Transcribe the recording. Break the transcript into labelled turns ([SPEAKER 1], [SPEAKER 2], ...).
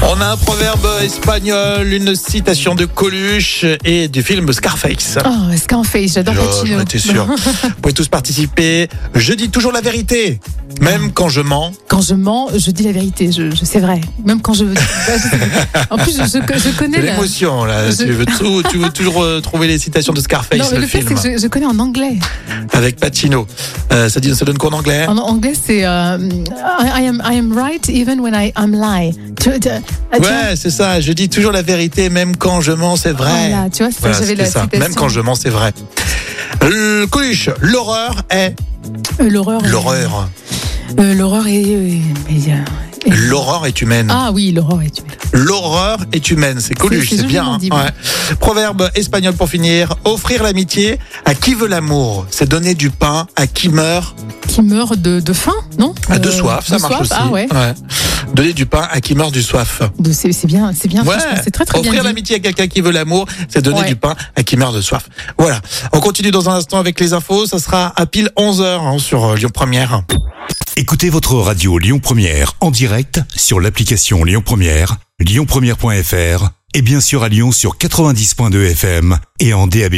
[SPEAKER 1] On a un proverbe espagnol, une citation de Coluche et du film Scarface.
[SPEAKER 2] Oh, Scarface, j'adore
[SPEAKER 1] Je-
[SPEAKER 2] Pacino.
[SPEAKER 1] J'en étais sûr. Vous pouvez tous participer. Je dis toujours la vérité, même quand je mens.
[SPEAKER 2] Quand je mens, je dis la vérité, je, je- c'est vrai. Même quand je. en plus, je, je- je connais.
[SPEAKER 1] C'est
[SPEAKER 2] la-
[SPEAKER 1] l'émotion là.
[SPEAKER 2] Je-
[SPEAKER 1] Tu, veux tout- tu veux toujours euh, trouver les citations de Scarface,
[SPEAKER 2] Non, mais
[SPEAKER 1] le,
[SPEAKER 2] le fait,
[SPEAKER 1] film,
[SPEAKER 2] c'est que je, je connais en anglais.
[SPEAKER 1] avec Pacino. Euh, ça, dit, ça donne quoi en anglais
[SPEAKER 2] En anglais, c'est euh, I, I am, I am right even when I am lie. Tu, tu- tu vois
[SPEAKER 1] Ouais, c'est ça. Je dis toujours la vérité, même quand je mens, c'est vrai.
[SPEAKER 2] Voilà, oh tu vois, c'est-
[SPEAKER 1] Voilà,
[SPEAKER 2] j'avais
[SPEAKER 1] c'était
[SPEAKER 2] la
[SPEAKER 1] ça.
[SPEAKER 2] citation.
[SPEAKER 1] Même quand je mens, c'est vrai. Euh, Coluche, l'horreur est
[SPEAKER 2] Euh, l'horreur. est-
[SPEAKER 1] l'horreur.
[SPEAKER 2] Euh, l'horreur est. euh, mais, euh, est-
[SPEAKER 1] L'horreur est humaine.
[SPEAKER 2] Ah oui, l'horreur est.
[SPEAKER 1] L'horreur est humaine, c'est Coluche,
[SPEAKER 2] c'est
[SPEAKER 1] c'est bien.
[SPEAKER 2] joliment
[SPEAKER 1] hein.
[SPEAKER 2] dit,
[SPEAKER 1] Ouais. Proverbe espagnol pour finir, offrir l'amitié à qui veut l'amour, c'est donner du pain à qui meurt
[SPEAKER 2] Qui meurt de, de faim, non
[SPEAKER 1] à Ah, de
[SPEAKER 2] Euh,
[SPEAKER 1] soif, ça
[SPEAKER 2] de
[SPEAKER 1] marche
[SPEAKER 2] soif,
[SPEAKER 1] aussi.
[SPEAKER 2] Ah ouais.
[SPEAKER 1] Ouais. Donner du pain à qui meurt du soif.
[SPEAKER 2] De- C'est c'est bien, c'est bien.
[SPEAKER 1] Ouais.
[SPEAKER 2] franchement, C'est très très bien.
[SPEAKER 1] Offrir
[SPEAKER 2] dit.
[SPEAKER 1] l'amitié à quelqu'un qui veut l'amour, c'est donner
[SPEAKER 2] Ouais.
[SPEAKER 1] du pain à qui meurt de soif. Voilà. On continue dans un instant avec les infos, ça sera à pile 11h sur euh, Lyon Première.
[SPEAKER 3] Écoutez votre radio Lyon Première en direct sur l'application Lyon Première, lyonpremière.fr et bien sûr à Lyon sur 90.2 FM et en DAB+.